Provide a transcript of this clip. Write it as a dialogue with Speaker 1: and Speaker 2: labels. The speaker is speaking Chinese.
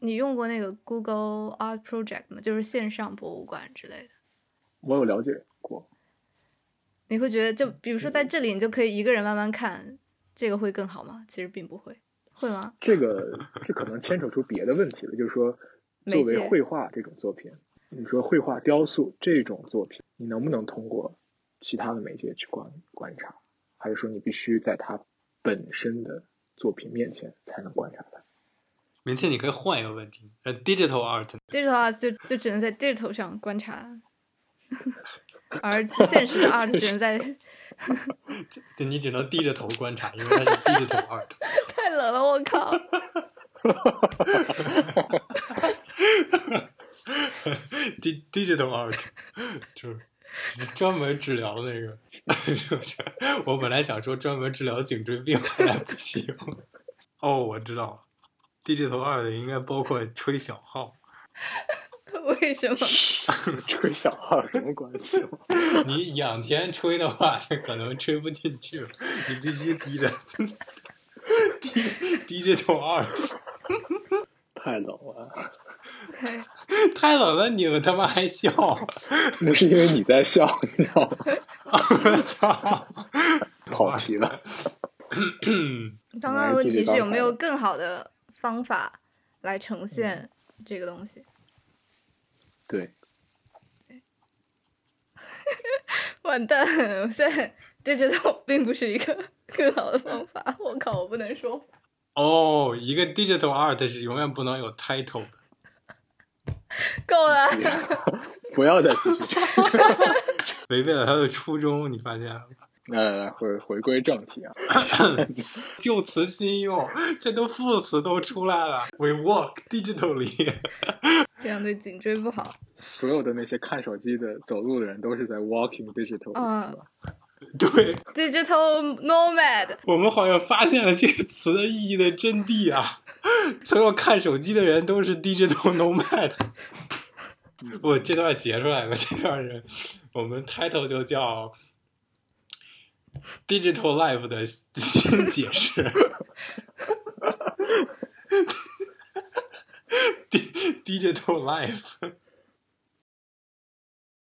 Speaker 1: 你用过那个 Google Art Project 吗？就是线上博物馆之类的。
Speaker 2: 我有了解过，
Speaker 1: 你会觉得，就比如说在这里，你就可以一个人慢慢看，这个会更好吗？其实并不会，会吗？
Speaker 2: 这 个这可能牵扯出别的问题了，就是说，
Speaker 1: 媒
Speaker 2: 作
Speaker 1: 介
Speaker 2: 为绘画这种作品，你说绘画、雕塑这种作品，你能不能通过其他的媒介去观观察，还是说你必须在它本身的作品面前才能观察它？
Speaker 3: 明天你可以换一个问题，呃，digital art，
Speaker 1: digital art 就就只能在 digital 上观察，而现 实的 art 只能在
Speaker 3: 对你只能低着头观察，因为它是 digital art。
Speaker 1: 太冷了，我靠！
Speaker 3: D digital art，就是专门治疗那个。 我本来想说专门治疗颈椎病，后来不行。哦，我知道了，digital art 应该包括吹小号。
Speaker 1: 为什么？
Speaker 2: 这跟小号有什么关系吗？
Speaker 3: 你仰天吹的话，它可能吹不进去了，你必须低着。 低低 digital art，
Speaker 2: 太冷了，
Speaker 1: 哎
Speaker 3: 太冷了，你们他妈还笑？
Speaker 2: 那是因为你在笑，你知道吗？
Speaker 3: 我操！
Speaker 2: 跑题 了。
Speaker 1: 刚刚的问题是有没有更好的方法来呈现这个东西？
Speaker 2: 对，
Speaker 1: 完蛋，我现在 digital 并不是一个 更好的方法。我靠，我不能说话。
Speaker 3: 哦，一个 digital art 是永远不能有 title 的。
Speaker 1: 够了，
Speaker 2: 不要再继续这样。
Speaker 3: 违背了他的初衷，你发现了吗？
Speaker 2: 来来来，回回归正题啊。
Speaker 3: 旧词新用，这都副词都出来了。We walk digitally，
Speaker 1: 这样对颈椎不好。
Speaker 2: 所有的那些看手机的走路的人都是在 walking digital，、
Speaker 1: 嗯
Speaker 2: 是吧？
Speaker 3: 对
Speaker 1: Digital nomad，
Speaker 3: 我们好像发现了这个词的意义的真谛啊！ 所有看手机的人都是 digital nomad。我这段截出来吧， 这段人，我们 title 就叫 digital life 的新解释。Di- digital life。